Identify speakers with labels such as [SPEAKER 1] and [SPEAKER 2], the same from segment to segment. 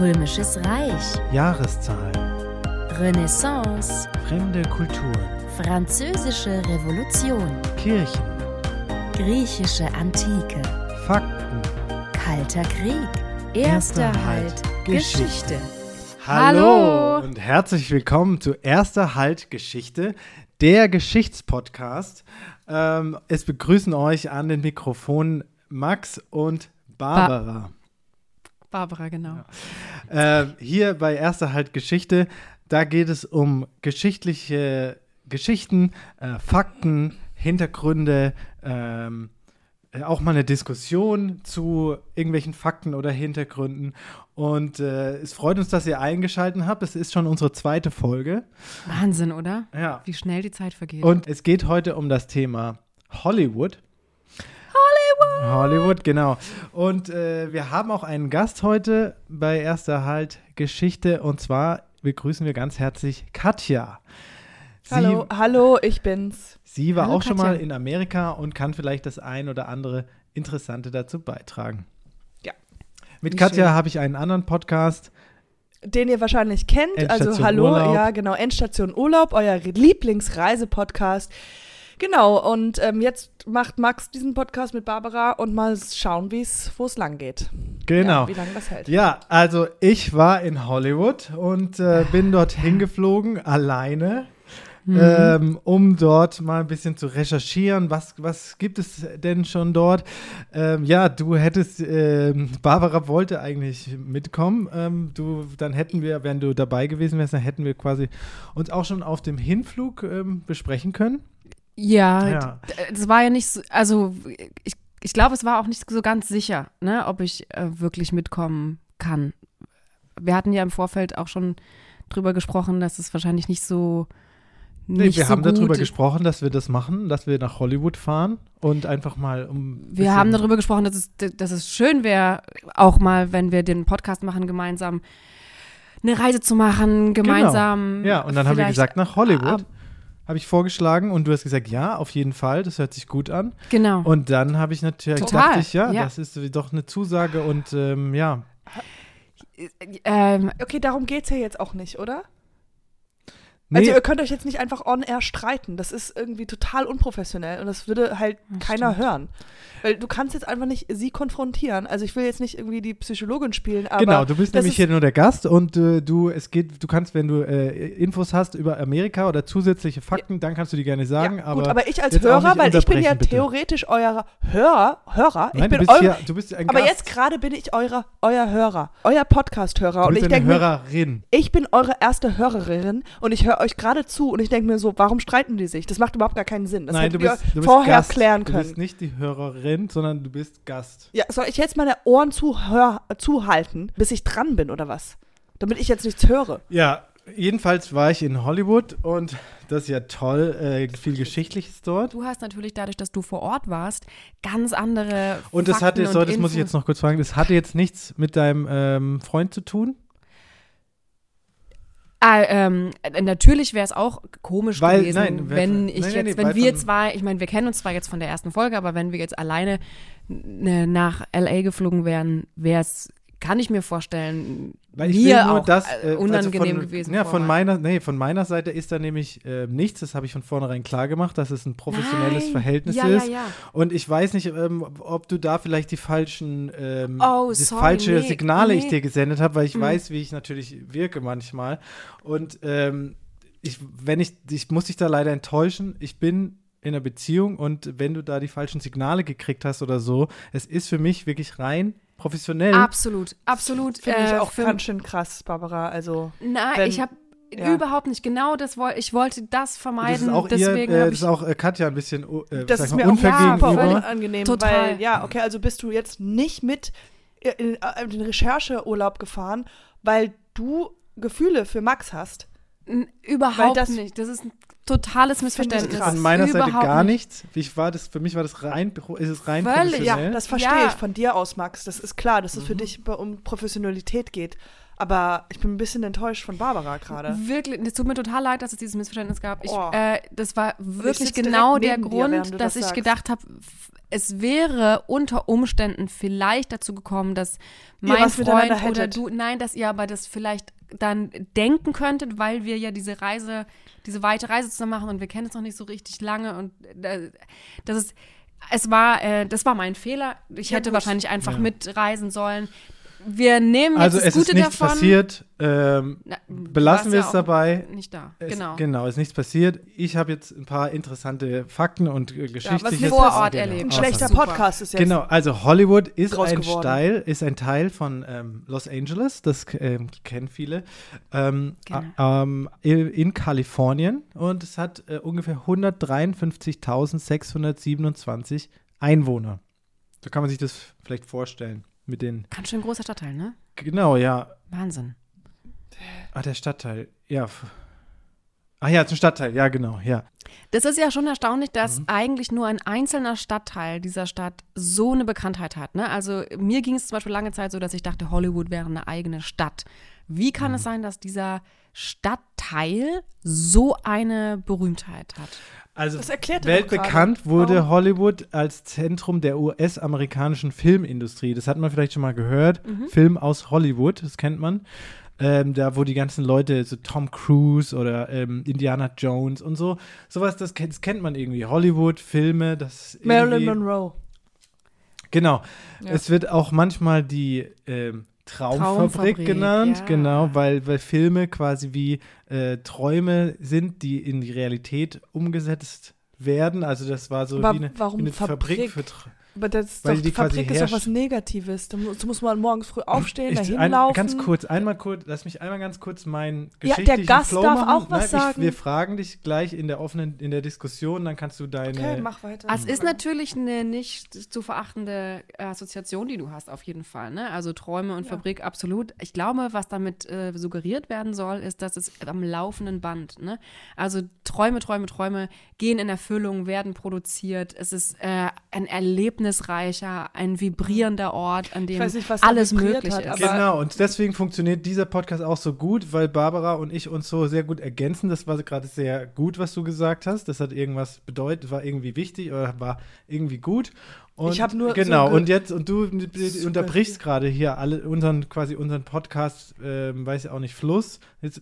[SPEAKER 1] Römisches Reich,
[SPEAKER 2] Jahreszahlen,
[SPEAKER 1] Renaissance,
[SPEAKER 2] fremde Kulturen,
[SPEAKER 1] Französische Revolution,
[SPEAKER 2] Kirchen,
[SPEAKER 1] griechische Antike,
[SPEAKER 2] Fakten.
[SPEAKER 1] Kalter Krieg, erster
[SPEAKER 2] Erster
[SPEAKER 1] Halt,
[SPEAKER 2] Halt,
[SPEAKER 1] Geschichte.
[SPEAKER 2] Geschichte.
[SPEAKER 1] Hallo!
[SPEAKER 2] und herzlich willkommen zu Erster Halt Geschichte, der Geschichtspodcast. Ähm, es begrüßen euch an den Mikrofonen Max und Barbara.
[SPEAKER 3] Barbara, genau.
[SPEAKER 2] Ähm, hier bei Erster Halt Geschichte, da geht es um geschichtliche Geschichten, äh, Fakten, Hintergründe, ähm, äh, auch mal eine Diskussion zu irgendwelchen Fakten oder Hintergründen. Und äh, es freut uns, dass ihr eingeschaltet habt. Es ist schon unsere zweite Folge.
[SPEAKER 3] Wahnsinn, oder?
[SPEAKER 2] Ja.
[SPEAKER 3] Wie schnell die Zeit vergeht.
[SPEAKER 4] Genau.
[SPEAKER 2] Und es geht heute um das Thema Hollywood. Hollywood! Hollywood, genau. Und äh, wir haben auch einen Gast heute bei Erster Halt Geschichte. Und zwar begrüßen wir ganz herzlich Katja. Sie,
[SPEAKER 4] Hallo, hallo, ich bin's.
[SPEAKER 2] sie war
[SPEAKER 3] Hallo,
[SPEAKER 2] auch schon
[SPEAKER 3] Katja.
[SPEAKER 2] mal in Amerika und kann vielleicht das ein oder andere Interessante dazu beitragen.
[SPEAKER 4] Ja.
[SPEAKER 2] Mit
[SPEAKER 3] Wie
[SPEAKER 2] Katja
[SPEAKER 3] schön.
[SPEAKER 2] habe ich einen anderen Podcast.
[SPEAKER 4] Den ihr wahrscheinlich kennt. also
[SPEAKER 2] Endstation
[SPEAKER 4] hallo,
[SPEAKER 2] Urlaub.
[SPEAKER 4] ja, genau, Endstation Urlaub, euer Lieblingsreisepodcast. Genau, und ähm, jetzt macht Max diesen Podcast mit Barbara und mal schauen, wie's, wo es lang geht.
[SPEAKER 2] Genau.
[SPEAKER 4] Ja, wie lange das hält.
[SPEAKER 2] Ja, also ich war in Hollywood und äh, bin dort hingeflogen, alleine,
[SPEAKER 3] Mhm.
[SPEAKER 2] ähm, um dort mal ein bisschen zu recherchieren. Was, was gibt es denn schon dort? Ähm, ja, du hättest, ähm, Barbara wollte eigentlich mitkommen. Ähm, du, dann hätten wir, wenn du dabei gewesen wärst, dann hätten wir quasi uns auch schon auf dem Hinflug ähm, besprechen können.
[SPEAKER 3] ja,
[SPEAKER 2] Ja.
[SPEAKER 3] d- es war ja Halt nicht so, also ich, ich glaube, es war auch nicht so ganz sicher, ne, ob ich äh, wirklich mitkommen kann. Wir hatten ja im Vorfeld auch schon drüber gesprochen, dass es wahrscheinlich nicht so
[SPEAKER 2] Nee,
[SPEAKER 3] nicht
[SPEAKER 2] wir
[SPEAKER 3] so
[SPEAKER 2] haben
[SPEAKER 3] gut.
[SPEAKER 2] darüber gesprochen, dass wir das machen, dass wir nach Hollywood fahren und einfach mal um. ein
[SPEAKER 3] Wir haben
[SPEAKER 2] bisschen-
[SPEAKER 3] darüber gesprochen, dass es, dass es schön wäre, auch mal, wenn wir den Podcast machen, gemeinsam eine Reise zu machen, gemeinsam.
[SPEAKER 2] Genau. Ja, und dann haben wir
[SPEAKER 3] vielleicht-
[SPEAKER 2] gesagt, nach Hollywood
[SPEAKER 3] ab-
[SPEAKER 2] habe ich vorgeschlagen und du hast gesagt, ja, auf jeden Fall, das hört sich gut an.
[SPEAKER 3] Genau.
[SPEAKER 2] Und dann habe ich natürlich
[SPEAKER 3] Total,
[SPEAKER 2] dachte ich, ja,
[SPEAKER 3] ja.
[SPEAKER 2] das ist doch eine Zusage und ähm,
[SPEAKER 4] Also
[SPEAKER 2] ja.
[SPEAKER 3] ähm,
[SPEAKER 4] Okay, darum geht's ja jetzt auch nicht, oder?
[SPEAKER 2] Nee,
[SPEAKER 4] Also ihr könnt euch jetzt nicht einfach on air streiten. Das ist irgendwie total unprofessionell und das würde halt keiner hören. Weil du kannst jetzt einfach nicht sie konfrontieren. Also ich will jetzt nicht irgendwie die Psychologin spielen, aber
[SPEAKER 2] genau, du bist
[SPEAKER 4] das
[SPEAKER 2] nämlich
[SPEAKER 4] ist-
[SPEAKER 2] hier nur der Gast und äh, du, es geht, du kannst, wenn du äh, Infos hast über Amerika oder zusätzliche Fakten, dann kannst du die gerne sagen.
[SPEAKER 4] ja,
[SPEAKER 2] aber,
[SPEAKER 4] gut, aber ich als
[SPEAKER 2] jetzt auch
[SPEAKER 4] Hörer,
[SPEAKER 2] nicht
[SPEAKER 4] weil ich bin ja
[SPEAKER 2] unterbrechen, bitte.
[SPEAKER 4] theoretisch euer Hörer, Hörer. ich
[SPEAKER 2] Nein, du
[SPEAKER 4] bin
[SPEAKER 2] bist
[SPEAKER 4] eure,
[SPEAKER 2] hier, du bist ein
[SPEAKER 4] aber
[SPEAKER 2] Gast.
[SPEAKER 4] jetzt gerade bin ich eurer, euer Hörer, euer Podcast-Hörer.
[SPEAKER 2] du
[SPEAKER 4] Und
[SPEAKER 2] bist
[SPEAKER 4] ich
[SPEAKER 2] eine
[SPEAKER 4] denke mir,
[SPEAKER 2] Hörerin.
[SPEAKER 4] ich bin eure erste Hörerin und ich höre euch gerade zu und ich denke mir so, warum streiten die sich? Das macht überhaupt gar keinen Sinn. Das
[SPEAKER 2] Nein,
[SPEAKER 4] hättet
[SPEAKER 2] du bist,
[SPEAKER 4] ihr
[SPEAKER 2] du bist
[SPEAKER 4] vorher
[SPEAKER 2] Gast.
[SPEAKER 4] klären
[SPEAKER 2] Du
[SPEAKER 4] können.
[SPEAKER 2] bist nicht die Hörerin, sondern du bist Gast.
[SPEAKER 4] Ja, soll ich jetzt meine Ohren zuhör- zuhalten, bis ich dran bin oder was? Damit ich jetzt nichts höre.
[SPEAKER 2] Ja, jedenfalls war ich in Hollywood und das ist ja toll, äh, viel Geschichtliches dort.
[SPEAKER 3] du hast natürlich dadurch, dass du vor Ort warst, ganz andere.
[SPEAKER 2] Und das hatte,
[SPEAKER 3] Fakten
[SPEAKER 2] so, das muss ich jetzt
[SPEAKER 3] Infos.
[SPEAKER 2] noch kurz fragen, das hatte jetzt nichts mit deinem ähm, Freund zu tun,
[SPEAKER 3] Ah, ähm, äh, natürlich wäre es auch komisch
[SPEAKER 2] Weil-
[SPEAKER 3] gewesen,
[SPEAKER 2] nein, wer-
[SPEAKER 3] wenn
[SPEAKER 2] nein,
[SPEAKER 3] ich
[SPEAKER 2] nein,
[SPEAKER 3] jetzt,
[SPEAKER 2] nee, weil
[SPEAKER 3] wenn wir
[SPEAKER 2] von-
[SPEAKER 3] zwei, ich meine, wir kennen uns zwar jetzt von der ersten Folge, aber wenn wir jetzt alleine n- nach LA geflogen wären, wäre es, kann ich mir vorstellen,
[SPEAKER 2] weil ich
[SPEAKER 3] mir
[SPEAKER 2] will nur
[SPEAKER 3] auch
[SPEAKER 2] das
[SPEAKER 3] äh,
[SPEAKER 2] äh, also
[SPEAKER 3] unangenehm
[SPEAKER 2] von,
[SPEAKER 3] gewesen.
[SPEAKER 2] Ja, von
[SPEAKER 3] vorher.
[SPEAKER 2] meiner, nee, von meiner Seite ist da nämlich äh, nichts. Das habe ich von vornherein klar gemacht, dass es ein professionelles
[SPEAKER 3] Nein.
[SPEAKER 2] Verhältnis
[SPEAKER 3] ja,
[SPEAKER 2] ist.
[SPEAKER 3] Ja, ja.
[SPEAKER 2] Und ich weiß nicht, ähm, ob- ob du da vielleicht die falschen, ähm,
[SPEAKER 3] Oh,
[SPEAKER 2] das
[SPEAKER 3] sorry,
[SPEAKER 2] falsche
[SPEAKER 3] nee,
[SPEAKER 2] Signale ich
[SPEAKER 3] nee. Mhm.
[SPEAKER 2] dir gesendet habe, weil ich weiß, wie ich natürlich wirke manchmal. Und ähm, ich, wenn ich, ich muss dich da leider enttäuschen. Ich bin in einer Beziehung und wenn du da die falschen Signale gekriegt hast oder so, es ist für mich wirklich rein professionell.
[SPEAKER 3] Absolut, absolut.
[SPEAKER 4] Finde ich
[SPEAKER 3] äh,
[SPEAKER 4] auch
[SPEAKER 3] für-
[SPEAKER 4] ganz schön krass, Barbara. Also,
[SPEAKER 3] Nein,
[SPEAKER 4] wenn-
[SPEAKER 3] ich habe
[SPEAKER 4] ja.
[SPEAKER 3] überhaupt nicht. Genau das wollte ich wollte das vermeiden.
[SPEAKER 2] das ist auch, ihr,
[SPEAKER 3] deswegen
[SPEAKER 2] äh,
[SPEAKER 3] habe
[SPEAKER 2] das
[SPEAKER 3] ich
[SPEAKER 2] ist auch äh, Katja ein bisschen uh, äh,
[SPEAKER 4] das
[SPEAKER 2] sag ich
[SPEAKER 4] ist
[SPEAKER 2] mal,
[SPEAKER 4] mir auch
[SPEAKER 2] unfair
[SPEAKER 3] ja,
[SPEAKER 4] super
[SPEAKER 2] gegenüber.
[SPEAKER 4] unangenehm.
[SPEAKER 3] Total.
[SPEAKER 4] Weil, ja, okay, also bist du jetzt nicht mit in, in, äh, den Rechercheurlaub gefahren, weil du Gefühle für Max hast.
[SPEAKER 3] n- überhaupt
[SPEAKER 4] das-
[SPEAKER 3] nicht. Das ist ein totales
[SPEAKER 4] ich
[SPEAKER 3] Missverständnis.
[SPEAKER 4] krass.
[SPEAKER 2] An meiner Seite
[SPEAKER 3] äh, Überhaupt
[SPEAKER 2] gar
[SPEAKER 3] nicht.
[SPEAKER 2] nichts. Ich war das, für mich war das rein, pro- ist es rein
[SPEAKER 3] Völlig,
[SPEAKER 4] Ja,
[SPEAKER 2] professionell.
[SPEAKER 4] das verstehe
[SPEAKER 3] Ja.
[SPEAKER 4] ich von dir aus, Max. Das ist klar, dass es
[SPEAKER 2] Mhm.
[SPEAKER 4] für dich be- um Professionalität geht. Aber ich bin ein bisschen enttäuscht von Barbara gerade.
[SPEAKER 3] Wirklich, es tut mir total leid, dass es dieses Missverständnis gab. Ich,
[SPEAKER 4] Oh.
[SPEAKER 3] äh, das war wirklich
[SPEAKER 4] sitz
[SPEAKER 3] genau
[SPEAKER 4] direkt
[SPEAKER 3] der
[SPEAKER 4] neben dir,
[SPEAKER 3] Grund,
[SPEAKER 4] während du
[SPEAKER 3] dass
[SPEAKER 4] das
[SPEAKER 3] ich
[SPEAKER 4] sagst.
[SPEAKER 3] gedacht habe, es wäre unter Umständen vielleicht dazu gekommen, dass mein
[SPEAKER 4] was miteinander
[SPEAKER 3] Freund oder
[SPEAKER 4] hättet.
[SPEAKER 3] du, nein, dass ihr aber das vielleicht dann denken könntet, weil wir ja diese Reise, diese weite Reise zusammen machen und wir kennen es noch nicht so richtig lange und äh, das ist, es war, äh, das war mein Fehler. Ich
[SPEAKER 4] Ja,
[SPEAKER 3] hätte
[SPEAKER 4] gut.
[SPEAKER 3] wahrscheinlich einfach
[SPEAKER 2] Ja.
[SPEAKER 3] mitreisen sollen. Wir nehmen jetzt
[SPEAKER 2] Also
[SPEAKER 3] das
[SPEAKER 2] es
[SPEAKER 3] Gute
[SPEAKER 2] ist nichts
[SPEAKER 3] davon.
[SPEAKER 2] passiert. Ähm,
[SPEAKER 3] Na, du
[SPEAKER 2] belassen
[SPEAKER 3] warst
[SPEAKER 2] wir
[SPEAKER 3] ja
[SPEAKER 2] es
[SPEAKER 3] auch
[SPEAKER 2] dabei.
[SPEAKER 3] Nicht da.
[SPEAKER 2] Es,
[SPEAKER 3] genau.
[SPEAKER 2] genau, ist nichts passiert. Ich habe jetzt ein paar interessante Fakten und äh,
[SPEAKER 4] was
[SPEAKER 2] Geschichten.
[SPEAKER 4] wir
[SPEAKER 2] jetzt-
[SPEAKER 4] vor
[SPEAKER 3] Ort
[SPEAKER 2] genau.
[SPEAKER 3] erlebt.
[SPEAKER 4] Ein
[SPEAKER 3] Außer-
[SPEAKER 4] schlechter
[SPEAKER 3] Super.
[SPEAKER 4] Podcast ist jetzt.
[SPEAKER 2] Genau, also Hollywood ist
[SPEAKER 4] Groß
[SPEAKER 2] ein,
[SPEAKER 4] geworden.
[SPEAKER 2] Teil, ist ein Teil von ähm, Los Angeles, das ähm, kennen viele, ähm,
[SPEAKER 3] Genau.
[SPEAKER 2] a- ähm, in, in Kalifornien und es hat äh, ungefähr 153.627 Einwohner. So kann man sich das vielleicht vorstellen mit den,
[SPEAKER 3] Ganz schön großer Stadtteil, ne?
[SPEAKER 2] genau, ja,
[SPEAKER 3] Wahnsinn.
[SPEAKER 2] ah, der Stadtteil, ja. f- Ach ja, zum Stadtteil, ja, genau, ja.
[SPEAKER 3] Das ist ja schon erstaunlich,
[SPEAKER 2] Mhm.
[SPEAKER 3] dass eigentlich nur ein einzelner Stadtteil dieser Stadt so eine Bekanntheit hat. Ne? Also mir ging es zum Beispiel lange Zeit so, dass ich dachte, Hollywood wäre eine eigene Stadt. Wie kann
[SPEAKER 2] Mhm.
[SPEAKER 3] es sein, dass dieser Stadtteil so eine Berühmtheit hat?
[SPEAKER 2] Also
[SPEAKER 4] Das erklärt er doch
[SPEAKER 2] weltbekannt wurde
[SPEAKER 4] Warum?
[SPEAKER 2] Hollywood als Zentrum der US-amerikanischen Filmindustrie. Das hat man vielleicht schon mal gehört.
[SPEAKER 4] Mhm.
[SPEAKER 2] Film aus Hollywood, das kennt man. Ähm, da, wo die ganzen Leute, so Tom Cruise oder ähm, Indiana Jones und so, sowas, das, kennt- das kennt man irgendwie. Hollywood, Filme, das.
[SPEAKER 4] Marilyn
[SPEAKER 2] irgendwie-
[SPEAKER 4] Monroe.
[SPEAKER 2] Genau.
[SPEAKER 4] Ja.
[SPEAKER 2] Es wird auch manchmal die ähm, Traumfabrik,
[SPEAKER 3] Traumfabrik,
[SPEAKER 2] genannt,
[SPEAKER 3] ja.
[SPEAKER 2] genau, weil, weil Filme quasi wie äh, Träume sind, die in die Realität umgesetzt werden. Also das war so
[SPEAKER 4] Aber
[SPEAKER 2] wie eine,
[SPEAKER 4] warum
[SPEAKER 2] wie eine
[SPEAKER 4] Fabrik?
[SPEAKER 2] für Tra
[SPEAKER 4] Aber das ist
[SPEAKER 2] Weil
[SPEAKER 4] doch,
[SPEAKER 2] die
[SPEAKER 4] die
[SPEAKER 2] quasi
[SPEAKER 4] Fabrik ist doch
[SPEAKER 2] herrscht.
[SPEAKER 4] was Negatives. Da muss, muss man morgens früh aufstehen,
[SPEAKER 2] Ich-
[SPEAKER 4] dahin
[SPEAKER 2] ein,
[SPEAKER 4] laufen.
[SPEAKER 2] Ganz kurz, einmal kurz, lass mich einmal ganz kurz meinen
[SPEAKER 4] Ja, der
[SPEAKER 2] geschichtlichen
[SPEAKER 4] Gast
[SPEAKER 2] Flow
[SPEAKER 4] darf
[SPEAKER 2] machen.
[SPEAKER 4] auch was
[SPEAKER 2] Nein,
[SPEAKER 4] sagen.
[SPEAKER 2] Ich, wir fragen dich gleich in der offenen, in der Diskussion, dann kannst du deine.
[SPEAKER 4] Okay, mach weiter.
[SPEAKER 3] Also es ist natürlich eine nicht zu verachtende äh, Assoziation, die du hast, auf jeden Fall. Ne? Also Träume und Fabrik, absolut. Ich glaube, was damit äh, suggeriert werden soll, ist, dass es am laufenden Band. Ne? Also Träume, Träume, Träume gehen in Erfüllung, werden produziert. Es ist äh, ein erlebnisreicher, ein vibrierender Ort, an dem
[SPEAKER 4] Mhm. weiß nicht, was da
[SPEAKER 3] alles
[SPEAKER 4] vibriert
[SPEAKER 3] möglich
[SPEAKER 4] hat,
[SPEAKER 3] ist.
[SPEAKER 4] aber-
[SPEAKER 2] Genau, und deswegen funktioniert dieser Podcast auch so gut, weil Barbara und ich uns so sehr gut ergänzen. Das war gerade sehr gut, was du gesagt hast. Das hat irgendwas bedeutet, war irgendwie wichtig oder war irgendwie gut. Und
[SPEAKER 4] Ich hab nur so
[SPEAKER 2] genau
[SPEAKER 4] ge-
[SPEAKER 2] und jetzt und du unterbrichst gerade hier alle unseren quasi unseren Podcast, ähm, weiß ich auch nicht Fluss. Jetzt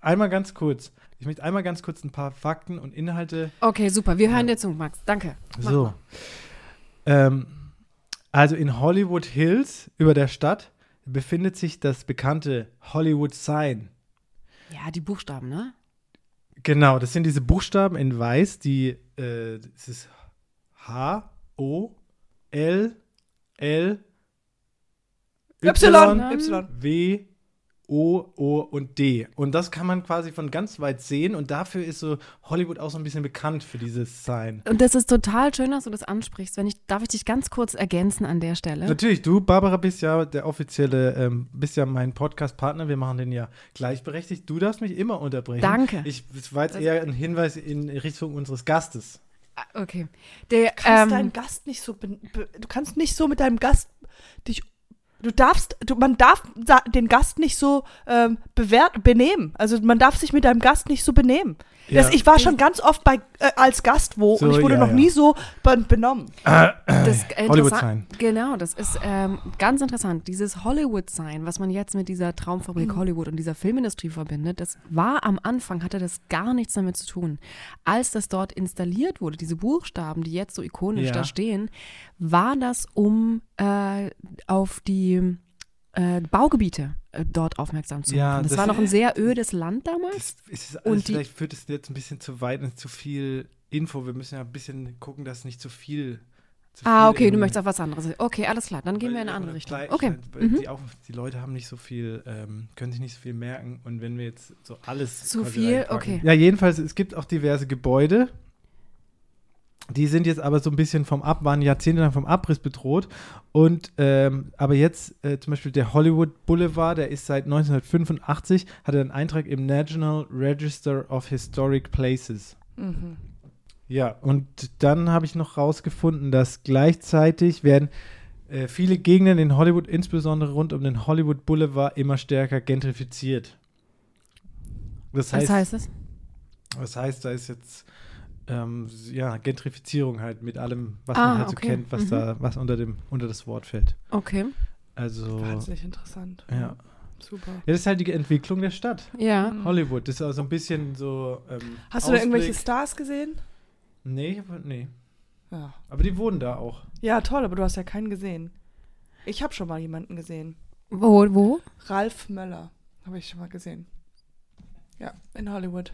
[SPEAKER 2] einmal ganz kurz. Ich möchte einmal ganz kurz ein paar Fakten und Inhalte
[SPEAKER 3] Okay, super. Wir hören dir zu, Max. Danke. Mach
[SPEAKER 2] so.
[SPEAKER 3] mal.
[SPEAKER 2] Ähm, also in Hollywood Hills über der Stadt befindet sich das bekannte Hollywood Sign.
[SPEAKER 3] Ja, die Buchstaben, ne?
[SPEAKER 2] Genau, das sind diese Buchstaben in weiß, die äh, es ist H O L L
[SPEAKER 4] Y. Y.
[SPEAKER 2] W, O, O und D. Und das kann man quasi von ganz weit sehen und dafür ist so Hollywood auch so ein bisschen bekannt für dieses Sign.
[SPEAKER 3] Und das ist total schön, dass du das ansprichst. Wenn ich, darf ich dich ganz kurz ergänzen an der Stelle?
[SPEAKER 2] Natürlich, du, Barbara, bist ja der offizielle, ähm, bist ja mein Podcast-Partner. Wir machen den ja gleichberechtigt. Du darfst mich immer unterbrechen.
[SPEAKER 3] Danke.
[SPEAKER 2] Ich, das war jetzt eher ein Hinweis in Richtung unseres Gastes.
[SPEAKER 3] Ah, Okay. Der,
[SPEAKER 4] Du kannst
[SPEAKER 3] ähm,
[SPEAKER 4] deinen Gast nicht so, ben- be- du kannst nicht so mit deinem Gast dich, du darfst, du, man darf sa- den Gast nicht so ähm, bewert, benehmen. Also man darf sich mit deinem Gast nicht so benehmen.
[SPEAKER 2] Ja.
[SPEAKER 4] Das, ich war schon ganz oft bei, äh, als Gast wo
[SPEAKER 2] So,
[SPEAKER 4] und ich wurde
[SPEAKER 2] ja,
[SPEAKER 4] noch
[SPEAKER 2] ja.
[SPEAKER 4] nie so be benommen.
[SPEAKER 3] das äh,
[SPEAKER 2] Hollywood
[SPEAKER 3] interessant-
[SPEAKER 2] sein.
[SPEAKER 3] Genau, das ist ähm, ganz interessant. Dieses Hollywood-Sein, was man jetzt mit dieser Traumfabrik Hollywood und dieser Filmindustrie verbindet, das war am Anfang, hatte das gar nichts damit zu tun. Als das dort installiert wurde, diese Buchstaben, die jetzt so ikonisch
[SPEAKER 2] Ja.
[SPEAKER 3] da stehen, war das, um äh, auf die äh, Baugebiete äh, dort aufmerksam zu machen.
[SPEAKER 2] Ja,
[SPEAKER 3] das,
[SPEAKER 2] das-
[SPEAKER 3] war noch ein sehr ödes Land damals.
[SPEAKER 2] Das ist alles,
[SPEAKER 3] Und die-
[SPEAKER 2] vielleicht führt es jetzt ein bisschen zu weit und zu viel Info. Wir müssen ja ein bisschen gucken, dass nicht zu viel. Zu
[SPEAKER 3] Ah,
[SPEAKER 2] viel
[SPEAKER 3] okay, du
[SPEAKER 2] in-
[SPEAKER 3] möchtest auf was anderes. Okay, alles klar, dann gehen wir
[SPEAKER 2] Weil
[SPEAKER 3] in eine
[SPEAKER 2] ihr
[SPEAKER 3] andere
[SPEAKER 2] von
[SPEAKER 3] Richtung.
[SPEAKER 2] der Gleich-
[SPEAKER 3] Okay. Mhm.
[SPEAKER 2] weil Die, auch, die Leute haben nicht so viel, ähm, können sich nicht so viel merken. Und wenn wir jetzt so alles.
[SPEAKER 3] Zu
[SPEAKER 2] quasi
[SPEAKER 3] viel?
[SPEAKER 2] reinpacken-
[SPEAKER 3] Okay.
[SPEAKER 2] Ja, jedenfalls, es gibt auch diverse Gebäude. Die sind jetzt aber so ein bisschen vom Ab, waren jahrzehntelang vom Abriss bedroht. Und ähm, aber jetzt äh, zum Beispiel der Hollywood Boulevard, der ist seit 1985, hat er einen Eintrag im National Register of Historic Places.
[SPEAKER 4] Mhm.
[SPEAKER 2] Ja, und dann habe ich noch rausgefunden, dass gleichzeitig werden äh, viele Gegenden in Hollywood, insbesondere rund um den Hollywood Boulevard, immer stärker gentrifiziert. Das heißt,
[SPEAKER 3] Was heißt das?
[SPEAKER 2] das heißt, da ist jetzt ähm, ja, Gentrifizierung halt mit allem, was
[SPEAKER 3] Ah,
[SPEAKER 2] man halt
[SPEAKER 3] okay.
[SPEAKER 2] so kennt, was
[SPEAKER 3] Mhm.
[SPEAKER 2] da, was unter dem, unter das Wort fällt.
[SPEAKER 3] Okay.
[SPEAKER 2] Also. Ja.
[SPEAKER 4] Wahnsinnig interessant.
[SPEAKER 2] ja.
[SPEAKER 4] Super. Hm.
[SPEAKER 2] Das ist halt die Entwicklung der Stadt.
[SPEAKER 3] Ja.
[SPEAKER 2] Hollywood, das ist auch so ein bisschen so. Ähm,
[SPEAKER 4] Mhm. Hast du da
[SPEAKER 2] Ausblick-
[SPEAKER 4] irgendwelche Stars gesehen?
[SPEAKER 2] Nee, ich hab- nee.
[SPEAKER 4] Ja.
[SPEAKER 2] Aber die wohnen da auch.
[SPEAKER 4] ja, toll, aber du hast ja keinen gesehen. Ich habe schon mal jemanden gesehen.
[SPEAKER 3] Wo, wo?
[SPEAKER 4] Ralf Möller habe ich schon mal gesehen. Ja, in Hollywood.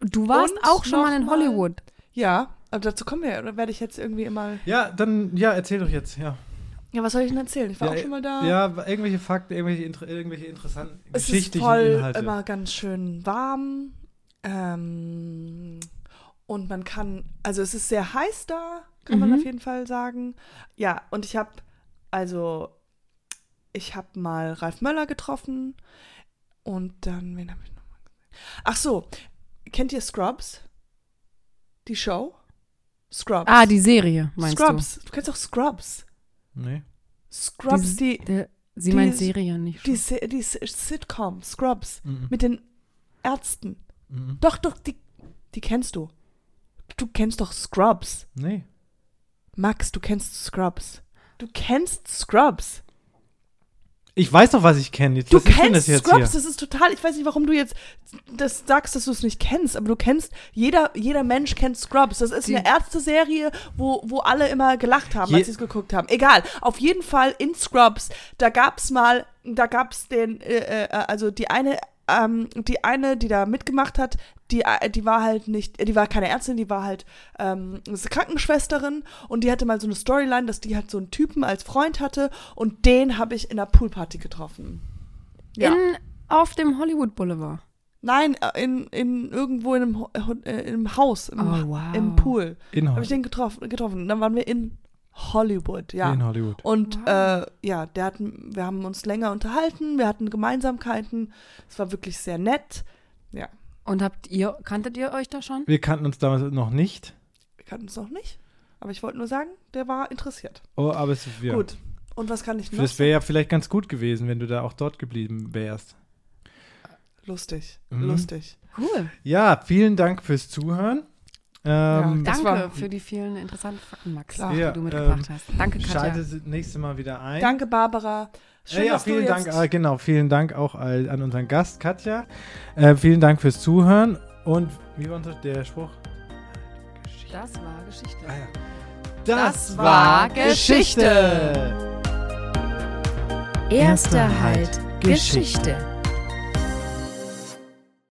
[SPEAKER 3] Du warst
[SPEAKER 4] Und
[SPEAKER 3] auch schon mal in
[SPEAKER 4] noch mal-
[SPEAKER 3] Hollywood.
[SPEAKER 4] Ja, aber dazu kommen wir, oder werde ich jetzt irgendwie immer.
[SPEAKER 2] Ja, dann, ja, erzähl doch jetzt, ja.
[SPEAKER 4] Ja, was soll ich denn erzählen? Ich war
[SPEAKER 2] ja,
[SPEAKER 4] auch schon mal da.
[SPEAKER 2] Ja, irgendwelche Fakten, irgendwelche, inter- irgendwelche interessanten
[SPEAKER 4] es ist
[SPEAKER 2] geschichtlichen
[SPEAKER 4] voll
[SPEAKER 2] Inhalte.
[SPEAKER 4] immer ganz schön warm. Ähm, und man kann, also es ist sehr heiß da, kann man
[SPEAKER 3] Mhm.
[SPEAKER 4] auf jeden Fall sagen. Ja, und ich habe, also ich habe mal Ralf Möller getroffen und dann, wen habe ich nochmal gesehen? Ach so, kennt ihr Scrubs? Die Show? Scrubs.
[SPEAKER 3] Ah, die Serie, meinst
[SPEAKER 4] Scrubs. Du, kennst auch Scrubs.
[SPEAKER 2] Nee.
[SPEAKER 3] du?
[SPEAKER 4] Scrubs, die,
[SPEAKER 3] Die, der- sie
[SPEAKER 4] die-
[SPEAKER 3] meint Serie nicht.
[SPEAKER 4] die, Se- die S- Sitcom, Scrubs,
[SPEAKER 2] Mhm.
[SPEAKER 4] mit den Ärzten.
[SPEAKER 2] Mhm.
[SPEAKER 4] Doch, doch, die, die kennst du. Du kennst doch Scrubs.
[SPEAKER 2] Nee.
[SPEAKER 4] Max, du kennst Scrubs. Du kennst Scrubs.
[SPEAKER 2] Ich weiß doch, was ich kenne.
[SPEAKER 4] Du
[SPEAKER 2] Was ist denn das
[SPEAKER 4] kennst
[SPEAKER 2] jetzt
[SPEAKER 4] Scrubs.
[SPEAKER 2] hier?
[SPEAKER 4] Das ist total. Ich weiß nicht, warum du jetzt das sagst, dass du es nicht kennst, aber du kennst. Jeder, jeder Mensch kennt Scrubs. Das ist
[SPEAKER 3] Die-
[SPEAKER 4] eine Ärzte-Serie, wo, wo alle immer gelacht haben,
[SPEAKER 2] Je-
[SPEAKER 4] als sie es geguckt haben. Egal. Auf jeden Fall in Scrubs. Da gab's mal. Da gab's den. Äh, äh, also die eine. Ähm, die eine, die da mitgemacht hat, die, äh, die war halt nicht, die war keine Ärztin, die war halt ähm, eine Krankenschwesterin und die hatte mal so eine Storyline, dass die halt so einen Typen als Freund hatte und den habe ich in einer Poolparty getroffen. Ja.
[SPEAKER 3] In, auf dem Hollywood Boulevard.
[SPEAKER 4] Nein, äh, in, in irgendwo in einem, Ho- äh, in einem Haus, im,
[SPEAKER 3] Oh, wow.
[SPEAKER 4] im Pool. Habe ich
[SPEAKER 2] Inhalt.
[SPEAKER 4] den getroffen, getroffen. Dann waren wir in Hollywood, ja.
[SPEAKER 2] In Hollywood.
[SPEAKER 4] Und
[SPEAKER 3] Wow.
[SPEAKER 4] äh, ja, der hat, wir haben uns länger unterhalten, wir hatten Gemeinsamkeiten. Es war wirklich sehr nett. Ja,
[SPEAKER 3] Und habt ihr, kanntet ihr euch da schon?
[SPEAKER 2] Wir kannten uns damals noch nicht.
[SPEAKER 4] wir kannten uns noch nicht, aber ich wollte nur sagen, der war interessiert.
[SPEAKER 2] Oh, aber es ja.
[SPEAKER 4] Gut. Und was kann ich noch?
[SPEAKER 2] Das wäre ja vielleicht ganz gut gewesen, wenn du da auch dort geblieben wärst.
[SPEAKER 4] Lustig,
[SPEAKER 2] Mhm.
[SPEAKER 4] lustig.
[SPEAKER 3] Cool.
[SPEAKER 2] Ja, vielen Dank fürs Zuhören. Ähm,
[SPEAKER 4] Das
[SPEAKER 3] Danke
[SPEAKER 4] war-
[SPEAKER 3] für die vielen interessanten Fakten, Max,
[SPEAKER 4] Klar.
[SPEAKER 2] Ja,
[SPEAKER 3] die du mitgebracht
[SPEAKER 2] ähm,
[SPEAKER 3] hast. Danke,
[SPEAKER 2] Schalte
[SPEAKER 3] Katja.
[SPEAKER 2] das nächste Mal wieder ein. Äh,
[SPEAKER 4] Danke, Barbara. Schön,
[SPEAKER 2] ja, ja,
[SPEAKER 4] dass
[SPEAKER 2] vielen
[SPEAKER 4] du
[SPEAKER 2] Dank,
[SPEAKER 4] jetzt
[SPEAKER 2] ah, genau, vielen Dank auch all- an unseren Gast Katja. Äh, vielen Dank fürs Zuhören und wie war unser, der Spruch?
[SPEAKER 3] Das war Geschichte.
[SPEAKER 2] Ah, ja.
[SPEAKER 3] Das war Geschichte.
[SPEAKER 1] Erster Halt
[SPEAKER 2] Geschichte.
[SPEAKER 1] Geschichte.